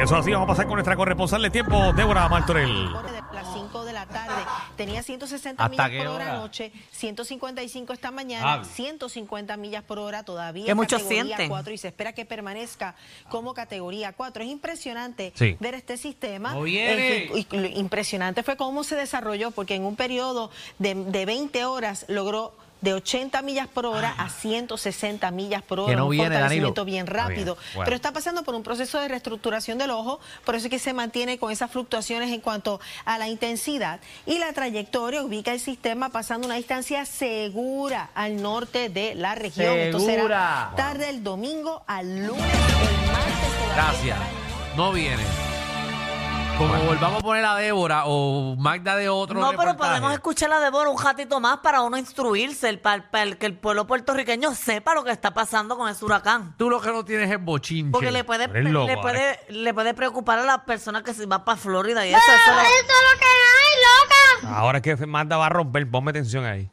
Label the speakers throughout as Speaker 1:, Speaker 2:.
Speaker 1: Eso así, vamos a pasar con nuestra corresponsal de tiempo, Débora Martorell.
Speaker 2: de las 5 de la tarde. Tenía 160
Speaker 3: ¿Hasta
Speaker 2: millas
Speaker 3: qué
Speaker 2: por hora
Speaker 3: hora?
Speaker 2: anoche, 155 esta mañana,
Speaker 3: Javi.
Speaker 2: 150 millas por hora todavía.
Speaker 4: Que
Speaker 2: en
Speaker 4: muchos
Speaker 2: categoría
Speaker 4: sienten.
Speaker 2: 4 y se espera que permanezca como categoría 4. Es impresionante
Speaker 1: Sí.
Speaker 2: ver este sistema.
Speaker 3: No viene.
Speaker 2: Eh, y- y lo impresionante fue cómo se desarrolló, porque en un periodo de, de 20 horas logró de 80 millas por hora a 160 millas por hora,
Speaker 3: Ah. Que no
Speaker 2: un
Speaker 3: viene, Danilo.
Speaker 2: fortalecimiento bien
Speaker 3: No viene.
Speaker 2: rápido,
Speaker 3: Bueno.
Speaker 2: pero está pasando por un proceso de reestructuración del ojo, por eso es que se mantiene con esas fluctuaciones en cuanto a la intensidad y la trayectoria ubica el sistema pasando una distancia segura al norte de la región. Esto será
Speaker 3: Segura.
Speaker 2: tarde el domingo al lunes, el martes. todavía
Speaker 3: Gracias.
Speaker 2: estará el
Speaker 3: No viene. Como volvamos a poner a Débora o Magda de otro.
Speaker 4: No, pero
Speaker 3: reportaje.
Speaker 4: podemos escuchar a Débora un ratito más para uno instruirse, el- para, para el que el pueblo puertorriqueño sepa lo que está pasando con ese huracán.
Speaker 3: Tú lo que no tienes es bochinche.
Speaker 4: Porque le puede,
Speaker 1: eres loco,
Speaker 4: le, puede, le puede preocupar a las personas que se van para Florida y eso.
Speaker 5: Eso,
Speaker 4: eso lo-
Speaker 5: es lo que hay, loca.
Speaker 1: Ahora es que Magda va a romper, ponme atención ahí.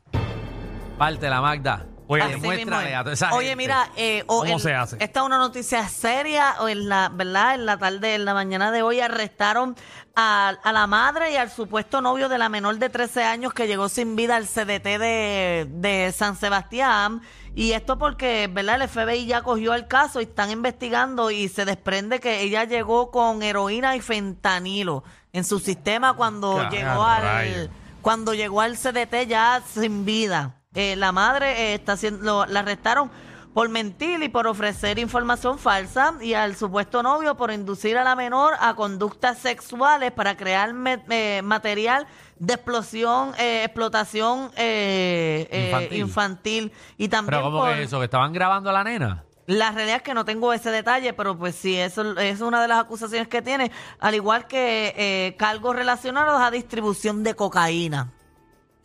Speaker 3: Parte la Magda. Oye,
Speaker 4: Así mismo
Speaker 3: demuéstrale
Speaker 4: es.
Speaker 3: a toda esa
Speaker 4: Oye,
Speaker 3: gente.
Speaker 4: mira, eh, o
Speaker 1: ¿Cómo
Speaker 4: el-
Speaker 1: se hace?
Speaker 4: Esta es una noticia seria, o en la, ¿verdad? En la tarde, en la mañana de hoy arrestaron a, a la madre y al supuesto novio de la menor de 13 años que llegó sin vida al CDT de, de San Sebastián. Y esto porque, ¿verdad? El FBI ya cogió el caso y están investigando y se desprende que ella llegó con heroína y fentanilo en su sistema cuando
Speaker 1: Ca-
Speaker 4: llegó al
Speaker 1: rayos.
Speaker 4: cuando llegó al CDT ya sin vida. Eh, la madre eh, está siendo, lo- la arrestaron por mentir y por ofrecer información falsa y al supuesto novio por inducir a la menor a conductas sexuales para crear me- eh, material de explosión, eh, explotación eh, eh,
Speaker 3: Infantil.
Speaker 4: infantil. y también
Speaker 3: Pero como
Speaker 4: por-
Speaker 3: que eso, que estaban grabando a la nena.
Speaker 4: la realidad es que no tengo ese detalle, pero pues sí, eso es una de las acusaciones que tiene, al igual que eh, cargos relacionados a distribución de cocaína.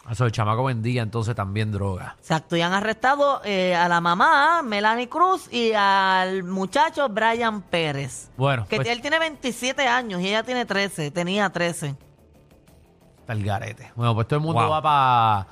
Speaker 3: Eso, Ah, el chamaco vendía entonces también droga.
Speaker 4: Exacto, y han arrestado eh, a la mamá, Melanie Cruz, y al muchacho Brian Pérez.
Speaker 3: Bueno,
Speaker 4: Que
Speaker 3: pues,
Speaker 4: él tiene 27 años y ella tiene 13, tenía 13.
Speaker 3: está el garete. Bueno, pues todo el mundo
Speaker 1: Wow.
Speaker 3: va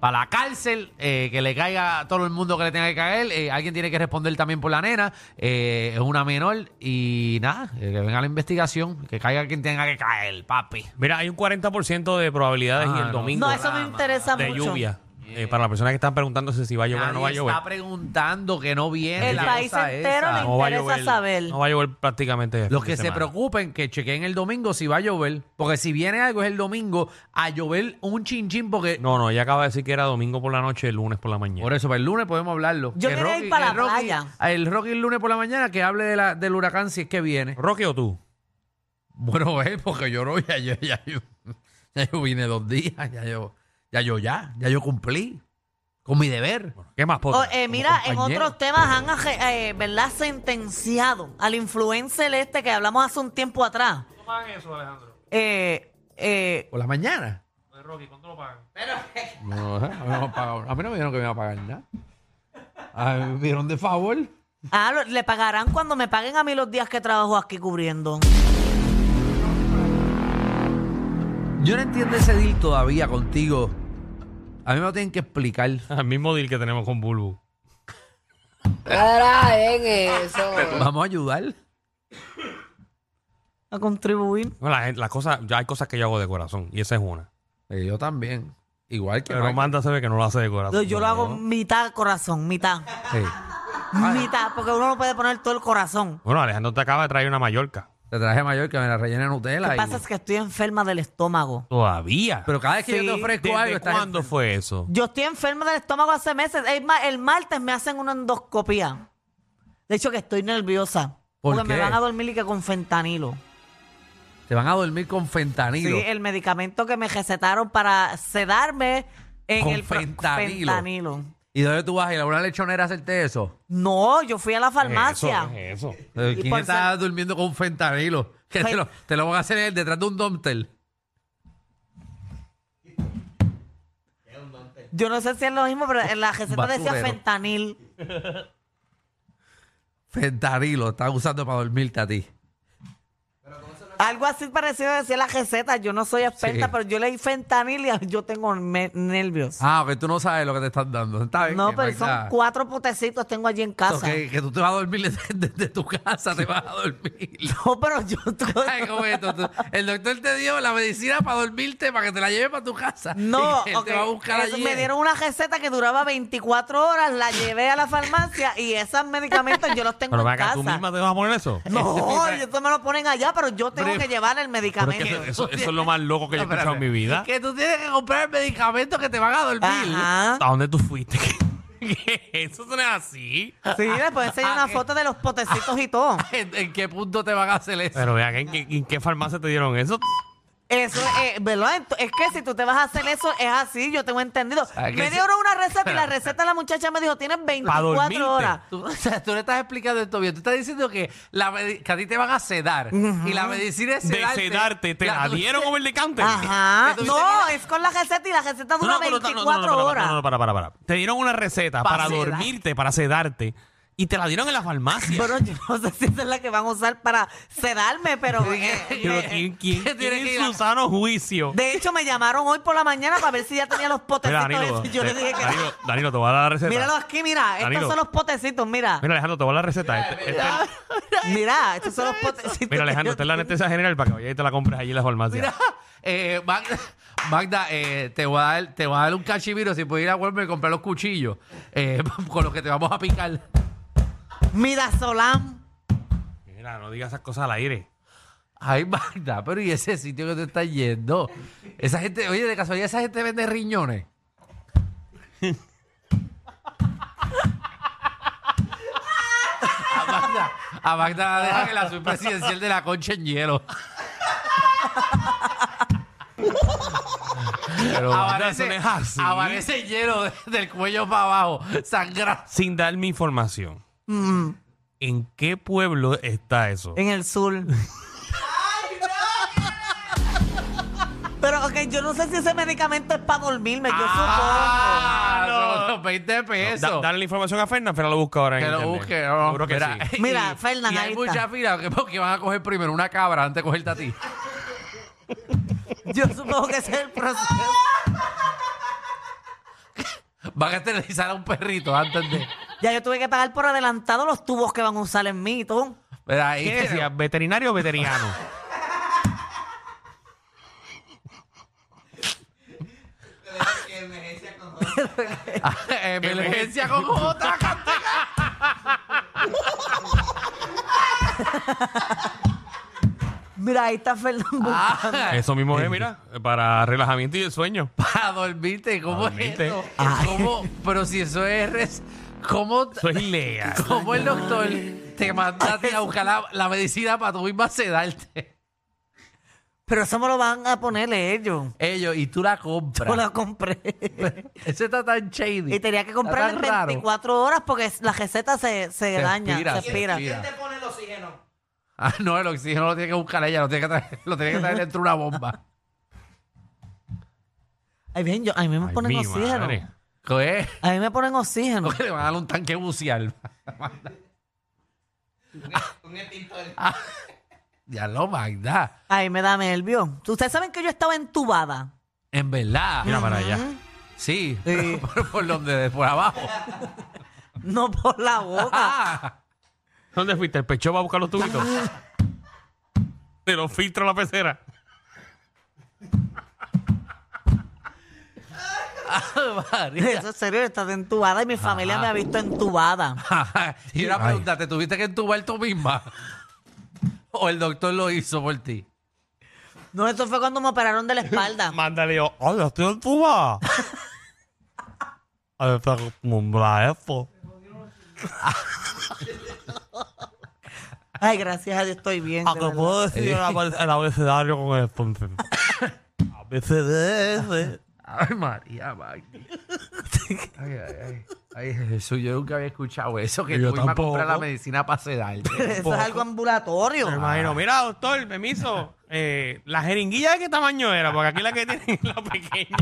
Speaker 3: para la cárcel, eh, que le caiga a todo el mundo que le tenga que caer. Eh, alguien tiene que responder también por la nena. eh, es una menor y nada, eh, que venga la investigación, que caiga quien tenga que caer, papi.
Speaker 1: Mira, hay un 40% de probabilidades
Speaker 3: Ah,
Speaker 1: y el
Speaker 3: no.
Speaker 1: domingo
Speaker 4: No, eso me interesa
Speaker 1: de
Speaker 4: mucho.
Speaker 1: lluvia. Eh, para las personas que están preguntándose si va a llover o no va a
Speaker 3: Nadie
Speaker 1: llover.
Speaker 3: está preguntando que no viene.
Speaker 4: El
Speaker 3: la
Speaker 4: país
Speaker 3: cosa
Speaker 4: entero
Speaker 3: esa.
Speaker 1: No
Speaker 4: le
Speaker 1: este va a
Speaker 4: interesa
Speaker 1: llover.
Speaker 4: saber.
Speaker 1: No va a llover prácticamente.
Speaker 3: Los que se preocupen, que chequen el domingo si va a llover. Porque si viene algo es el domingo, a llover un chinchín, porque.
Speaker 1: No, no, ella acaba de decir que era domingo por la noche, lunes por la
Speaker 3: Por
Speaker 1: mañana.
Speaker 3: eso, para el lunes podemos hablarlo.
Speaker 4: Yo
Speaker 3: Que
Speaker 4: quería ir
Speaker 3: Rocky-
Speaker 4: para
Speaker 3: que
Speaker 4: la
Speaker 3: Rocky- Ah,
Speaker 4: playa.
Speaker 3: El Rocky el lunes por la mañana que hable de la- del huracán si es que viene.
Speaker 1: ¿Rocky o tú?
Speaker 3: Bueno, él, porque yo no, ya yo, ya yo, ya yo vine dos días, ya yo, ya yo ya, ya yo cumplí con mi deber.
Speaker 1: ¿Qué más, Potter?
Speaker 4: Oh, eh, mira, en
Speaker 3: compañero.
Speaker 4: otros temas han aje- eh, ¿verdad? sentenciado al influencer este que hablamos hace un tiempo atrás.
Speaker 1: ¿Cuánto pagan eso, Alejandro?
Speaker 4: Eh, eh,
Speaker 3: Por la mañana.
Speaker 1: Rocky, ¿cuánto lo pagan?
Speaker 3: No, a mí no me han pagado- a mí no me dijeron que me iban a pagar nada. A mí me dieron de favor.
Speaker 4: ah, lo- le pagarán cuando me paguen a mí los días que trabajo aquí cubriendo.
Speaker 3: Yo no entiendo ese deal todavía contigo. A mí me lo tienen que explicar.
Speaker 1: El mismo deal que tenemos con Bulbu.
Speaker 6: Para en eso.
Speaker 3: Vamos a ayudar.
Speaker 4: A contribuir.
Speaker 1: No, la gente- las cosas, ya hay cosas que yo hago de corazón y esa es una.
Speaker 3: Eh, yo también. Igual que
Speaker 1: Pero
Speaker 3: Mike.
Speaker 1: Manda se ve que no lo hace de corazón.
Speaker 4: Yo lo hago mitad corazón, mitad.
Speaker 3: Sí.
Speaker 4: Mitad, porque uno no puede poner todo el corazón.
Speaker 1: oh. Bueno, Alejandro te acaba de traer una Mallorca.
Speaker 3: Te traje a Mallorca, me la rellena de
Speaker 4: Lo
Speaker 3: Nutella.
Speaker 4: que
Speaker 3: y-
Speaker 4: pasa es que estoy enferma del estómago.
Speaker 1: Todavía.
Speaker 3: Pero cada vez que
Speaker 4: Sí.
Speaker 3: yo te ofrezco algo,
Speaker 1: ¿Desde
Speaker 3: estás
Speaker 1: cuándo fue eso?
Speaker 4: Yo estoy enferma del estómago hace meses. Es más, el martes me hacen una endoscopía. De hecho, que estoy nerviosa.
Speaker 3: ¿Por
Speaker 4: porque
Speaker 3: qué?
Speaker 4: me van a dormir y que con fentanilo.
Speaker 3: en- Te van a dormir con fentanilo.
Speaker 4: Sí, el medicamento que me recetaron para sedarme en
Speaker 3: Con
Speaker 4: el pro-
Speaker 3: fentanilo.
Speaker 4: fentanilo.
Speaker 3: ¿Y dónde tú vas a ir? ¿A una lechonera a hacerte eso?
Speaker 4: No, yo fui a la farmacia.
Speaker 1: Eso, es eso.
Speaker 3: Eh,
Speaker 4: Y
Speaker 3: ¿Quién
Speaker 4: por Pues
Speaker 3: está durmiendo con fentanilo? Que te
Speaker 4: Fe-
Speaker 3: lo, te lo van a hacer en- detrás de un domtel.
Speaker 4: Yo no sé si es lo mismo, pero en la receta decía
Speaker 3: Basurero.
Speaker 4: fentanil.
Speaker 3: Fentanilo, están usando para dormirte a ti.
Speaker 4: Algo así parecido decía la receta. Yo no soy experta,
Speaker 3: Sí.
Speaker 4: pero yo leí fentanil y yo tengo me- nervios.
Speaker 3: Ah, que tú no sabes lo que te están dando. Está bien,
Speaker 4: no,
Speaker 3: que
Speaker 4: pero
Speaker 3: hay
Speaker 4: son
Speaker 3: nada.
Speaker 4: cuatro potecitos tengo allí en
Speaker 3: Eso,
Speaker 4: casa.
Speaker 3: Que, que tú te vas a dormir desde, desde tu casa, te vas a dormir.
Speaker 4: No, pero yo...
Speaker 3: Ay, ¿cómo es esto? Tú- El doctor te dio la medicina para dormirte, para que te la lleves para tu casa.
Speaker 4: No,
Speaker 3: Y él
Speaker 4: ok.
Speaker 3: te va a buscar
Speaker 4: Eso-
Speaker 3: allí.
Speaker 4: me dieron una receta que duraba 24 horas, la llevé a la farmacia y esos medicamentos yo los tengo
Speaker 1: Pero
Speaker 4: en
Speaker 1: ven acá,
Speaker 4: casa.
Speaker 1: tú misma te vas a poner eso.
Speaker 4: No, eso me lo ponen allá, pero yo tengo
Speaker 3: Este Pero-
Speaker 4: que llevar el
Speaker 1: Pero es que
Speaker 4: medicamento.
Speaker 1: eso, eso es lo más loco que yo he
Speaker 3: No,
Speaker 1: escuchado en mi vida.
Speaker 3: espérate. Que tú tienes que comprar medicamentos que te van a dormir.
Speaker 4: Ajá.
Speaker 1: ¿A dónde tú fuiste? ¿Qué es eso suena así.
Speaker 4: Sí, después enseñé una
Speaker 3: Ah, eh.
Speaker 4: foto de los potecitos y todo.
Speaker 3: ¿En, en qué punto te van a hacer eso?
Speaker 1: Pero vean, ¿en qué, en qué farmacia te dieron eso?
Speaker 4: Eso, eh, ¿verdad? Ent- Es que si tú te vas a hacer eso, es así, yo tengo entendido.
Speaker 3: Ah, que
Speaker 4: Me
Speaker 3: sí.
Speaker 4: dieron una receta y la receta la muchacha me dijo, tienes
Speaker 1: dormirte.
Speaker 4: 24 horas.
Speaker 3: Tú, o sea, tú le estás explicando esto bien. Tú estás diciendo que, la medi- que a ti te van a sedar. Y la medicina es
Speaker 1: De
Speaker 3: sedarte.
Speaker 1: sedarte, ¿te la dieron over the counter?
Speaker 4: Ajá.
Speaker 3: Que tuviste
Speaker 4: No,
Speaker 3: que-
Speaker 4: es con la receta y la receta
Speaker 1: No,
Speaker 4: dura
Speaker 1: pero
Speaker 4: 24
Speaker 1: para,
Speaker 4: horas.
Speaker 1: No, no, para, para, para. Te dieron una receta
Speaker 3: Para
Speaker 1: para,
Speaker 3: sedar.
Speaker 1: dormirte, para sedarte. Y te la dieron en la farmacia.
Speaker 4: Bueno, yo no sé si esa es la que van a usar para sedarme, pero eh,
Speaker 1: Pero ¿quién, quién,
Speaker 3: Tiene
Speaker 1: quién
Speaker 3: que ir
Speaker 1: en su
Speaker 3: a-
Speaker 1: sano juicio?
Speaker 4: de hecho me llamaron hoy por la mañana para ver si ya tenía los
Speaker 1: Mira,
Speaker 4: potecitos.
Speaker 1: Danilo,
Speaker 4: esos. yo le
Speaker 1: te-
Speaker 4: dije que
Speaker 1: Danilo, Danilo, te voy a dar la receta.
Speaker 4: Míralo aquí, mira,
Speaker 1: Danilo.
Speaker 4: estos son los potecitos, mira.
Speaker 1: Mira, Alejandro, te voy a dar la receta. Este- este-
Speaker 4: Mira, estos son los potecitos.
Speaker 1: mira, Alejandro, esta es la anestesia general para que vayas y te la compres allí en la farmacia.
Speaker 3: Mira, eh, Magda, Magda, eh, te, voy a dar, te voy a dar un cachimiro si puedes ir a Walmart y comprar los cuchillos eh, con los que te vamos a picar.
Speaker 4: Mira, Solán.
Speaker 1: Mira, no digas esas cosas al aire.
Speaker 3: Ay, Magda, pero ¿y ese sitio que te estás yendo? Esa gente, oye, de casualidad, esa gente vende riñones. A Magda, a Magda la deja que la suite presidencial de la concha en hielo.
Speaker 1: Pero Magda, eso
Speaker 3: Amanece,
Speaker 1: no es así.
Speaker 3: amanece en hielo de- del cuello para abajo, sangrando.
Speaker 1: Sin darme información. ¿En qué pueblo está eso?
Speaker 4: En el sur. Pero, ok, yo no sé si ese medicamento es para dormirme, yo
Speaker 3: Ah,
Speaker 1: supongo.
Speaker 3: son los 20 pesos.
Speaker 1: Da- dale la información a Fernan, Fernan lo busca ahora en
Speaker 3: Que lo
Speaker 1: internet.
Speaker 3: busque, no,
Speaker 1: Seguro que
Speaker 3: mira,
Speaker 1: sí.
Speaker 3: y-
Speaker 4: Mira, Fernan,
Speaker 3: y
Speaker 4: ahí
Speaker 3: hay
Speaker 4: está.
Speaker 3: muchas filas que, porque van a coger primero una cabra antes de cogerte a ti.
Speaker 4: supongo. Yo supongo que ese es el proceso.
Speaker 3: Van a esterilizar a un perrito antes de.
Speaker 4: Ya yo tuve que pagar por adelantado los tubos que van a usar en mí y todo.
Speaker 3: Mira, ahí.
Speaker 1: ¿Qué decía? ¿Veterinario o veterinario?
Speaker 3: ah, Emergencia con J.
Speaker 4: Mira, ahí está Fernando.
Speaker 3: Ah.
Speaker 1: Eso mismo es, mira, para relajamiento y el sueño.
Speaker 3: Para dormirte, ¿cómo
Speaker 1: Para dormirte.
Speaker 3: es esto? ¿Cómo? Pero si eso es. res- ¿Cómo,
Speaker 1: Eso es ilegal.
Speaker 3: cómo el doctor te manda a ti a buscar la, la medicina para tú misma sedarte?
Speaker 4: Pero eso me lo van a poner ellos.
Speaker 3: Ellos, y tú la
Speaker 4: Yo
Speaker 3: compras.
Speaker 4: la compré.
Speaker 3: Ese está tan shady.
Speaker 4: y tenía que
Speaker 3: comprar
Speaker 4: comprarla en 24 horas porque es- la receta se, se, daña,
Speaker 3: expira,
Speaker 4: se expira.
Speaker 3: te pone el oxígeno? Ah, no, el oxígeno lo tiene que buscar ella, lo tiene que traer, lo tiene que traer dentro de una bomba.
Speaker 4: Ay, bien, yo, a mí me
Speaker 1: Ay,
Speaker 4: ponen
Speaker 1: mi
Speaker 4: oxígeno.
Speaker 1: madre.
Speaker 3: ¿Qué es?
Speaker 4: A mí me ponen oxígeno.
Speaker 3: Porque le van a dar un tanque bucial. Ah, Ya lo manda.
Speaker 4: Ay, me da nervio. Ustedes saben que yo estaba entubada.
Speaker 3: En verdad.
Speaker 1: Mira para allá.
Speaker 3: Sí,
Speaker 4: Sí.
Speaker 3: pero por, por donde, de por abajo.
Speaker 4: No por la boca.
Speaker 3: Ah,
Speaker 1: ¿Dónde fuiste? ¿El pecho va a buscar los tubitos? Te los filtra la pecera.
Speaker 3: María.
Speaker 4: Eso es serio, yo estaba entubada y mi familia me ha visto entubada.
Speaker 3: y una pregunta, ¿te tuviste que entubar tú misma? ¿O el doctor lo hizo por ti?
Speaker 4: No, eso fue cuando me operaron de la espalda.
Speaker 1: Mándale yo, hola, estoy en Cuba. A ver, está acostumbrar esto.
Speaker 4: Ay, gracias a Dios estoy bien.
Speaker 1: ¿A Ah,
Speaker 4: de
Speaker 1: qué
Speaker 4: verdad.
Speaker 1: puedo decir el, abel- el abecedario con esto? entonces? ABCDF.
Speaker 3: Ay, María, Magda. Ay, ay, ay. Ay, Jesús, yo nunca había escuchado eso, que
Speaker 1: Yo
Speaker 3: tú ibas a comprar
Speaker 1: tampoco.
Speaker 3: la medicina para sedarte.
Speaker 4: Eso es algo ambulatorio.
Speaker 1: Me imagino, mira, doctor, permiso. Eh, ¿La jeringuilla de qué tamaño era? Porque aquí la que tienen es la pequeña.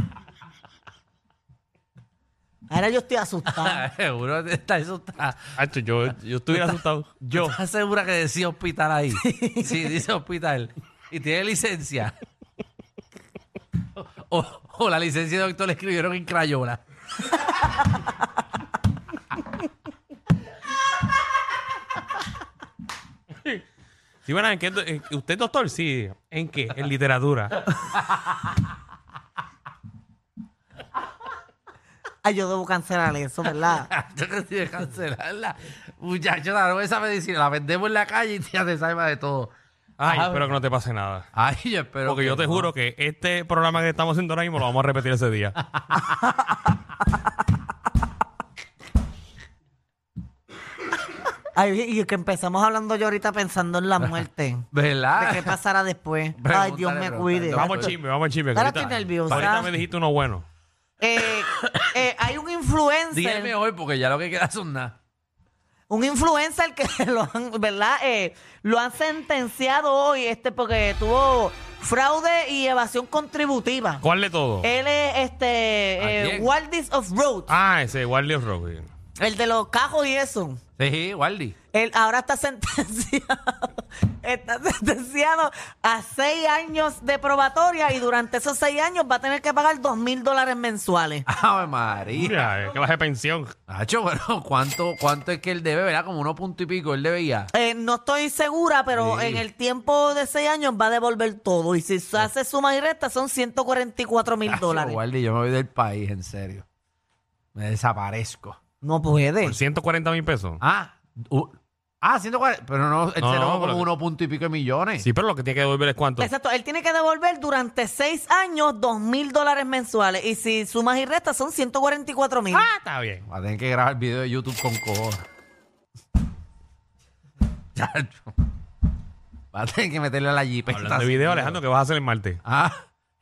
Speaker 4: Ahora yo estoy asustada.
Speaker 3: Seguro está, eso está.
Speaker 1: yo, yo estuviera asustado. Yo.
Speaker 3: ¿Estás segura que decía hospital ahí? Sí, dice hospital. y tiene licencia. O, o la licencia de doctor la escribieron en crayola.
Speaker 1: Sí, bueno, ¿en qué, do- eh, ¿usted es doctor? Sí. ¿En qué? En literatura.
Speaker 4: Ay, yo debo cancelar eso, ¿verdad?
Speaker 3: Yo decidí de cancelarla. Muchachos, la nueva esa medicina la vendemos en la calle y tía, te salva de todo.
Speaker 1: Ay,
Speaker 3: Ah,
Speaker 1: espero que no te pase nada.
Speaker 3: Ay, yo espero.
Speaker 1: Porque
Speaker 3: que
Speaker 1: yo te
Speaker 3: no.
Speaker 1: juro que este programa que estamos haciendo ahora mismo lo vamos a repetir ese día.
Speaker 4: Ay, y que empezamos hablando yo ahorita pensando en la muerte.
Speaker 3: ¿Verdad?
Speaker 4: De qué pasará después. Ay,
Speaker 3: Pregúntale,
Speaker 4: Dios me
Speaker 3: pregúntale.
Speaker 4: cuide.
Speaker 1: Vamos al chisme, vamos al chisme. que
Speaker 4: Ahora
Speaker 1: ahorita-
Speaker 4: estoy nerviosa.
Speaker 1: Ahorita me dijiste uno bueno.
Speaker 4: Eh, eh, hay un influencer.
Speaker 3: Dígame hoy porque ya lo que queda son nada.
Speaker 4: Un influencer que lo han, ¿verdad? Eh, lo han sentenciado hoy, este, porque tuvo fraude y evasión contributiva.
Speaker 1: ¿Cuál de todo?
Speaker 4: Él es
Speaker 3: ¿A
Speaker 4: este eh,
Speaker 3: quién?
Speaker 4: Waldis of Road,
Speaker 1: Ah, ese, Warley of Rock.
Speaker 4: el de los cajos y eso.
Speaker 3: Sí, Waldi.
Speaker 4: Él ahora está sentenciado, está sentenciado a seis años de probatoria y durante esos seis años va a tener que pagar dos mil dólares mensuales.
Speaker 3: Ave María.
Speaker 1: Mira, eh, clase de pensión.
Speaker 3: Nacho, bueno, ¿cuánto, ¿cuánto es que él debe? ¿Verdad? Como uno punto y pico él debía.
Speaker 4: Eh, no estoy segura, pero
Speaker 3: Sí.
Speaker 4: en el tiempo de seis años va a devolver todo. Y si se
Speaker 1: Ah.
Speaker 4: hace suma y resta, son 144 mil
Speaker 3: Nacho,
Speaker 4: dólares.
Speaker 3: Waldi, yo me voy del país, en serio. Me desaparezco.
Speaker 4: No puede.
Speaker 1: Por 140 mil pesos.
Speaker 3: Ah, u- ah, 140. Pero no, el
Speaker 1: No,
Speaker 3: cero
Speaker 1: no,
Speaker 3: como
Speaker 1: pero-
Speaker 3: uno punto y pico de millones.
Speaker 1: Sí, pero lo que tiene que devolver es cuánto.
Speaker 4: Exacto, él tiene que devolver durante seis años dos mil dólares mensuales. Y si sumas y restas, son 144 mil.
Speaker 1: Ah, está bien.
Speaker 3: Va a tener que grabar video de YouTube con cojones. Chacho. Va a tener que meterle a la jipeta.
Speaker 1: Hablando de video, Alejandro, Ah. ¿qué vas a hacer el martes?
Speaker 3: Ah,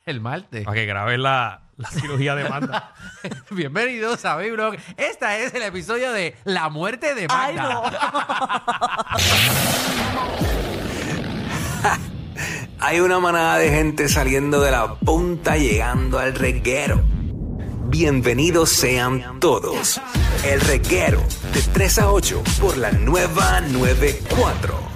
Speaker 3: el martes.
Speaker 1: Para que grabes la, la cirugía de Magda.
Speaker 3: Bienvenidos a Big Blog. Esta es el episodio de La muerte de
Speaker 4: Ay,
Speaker 3: Magda.
Speaker 4: no.
Speaker 6: Hay una manada de gente saliendo de la punta llegando al reguero. Bienvenidos sean todos. El reguero de 3 a 8 por la nueva 94.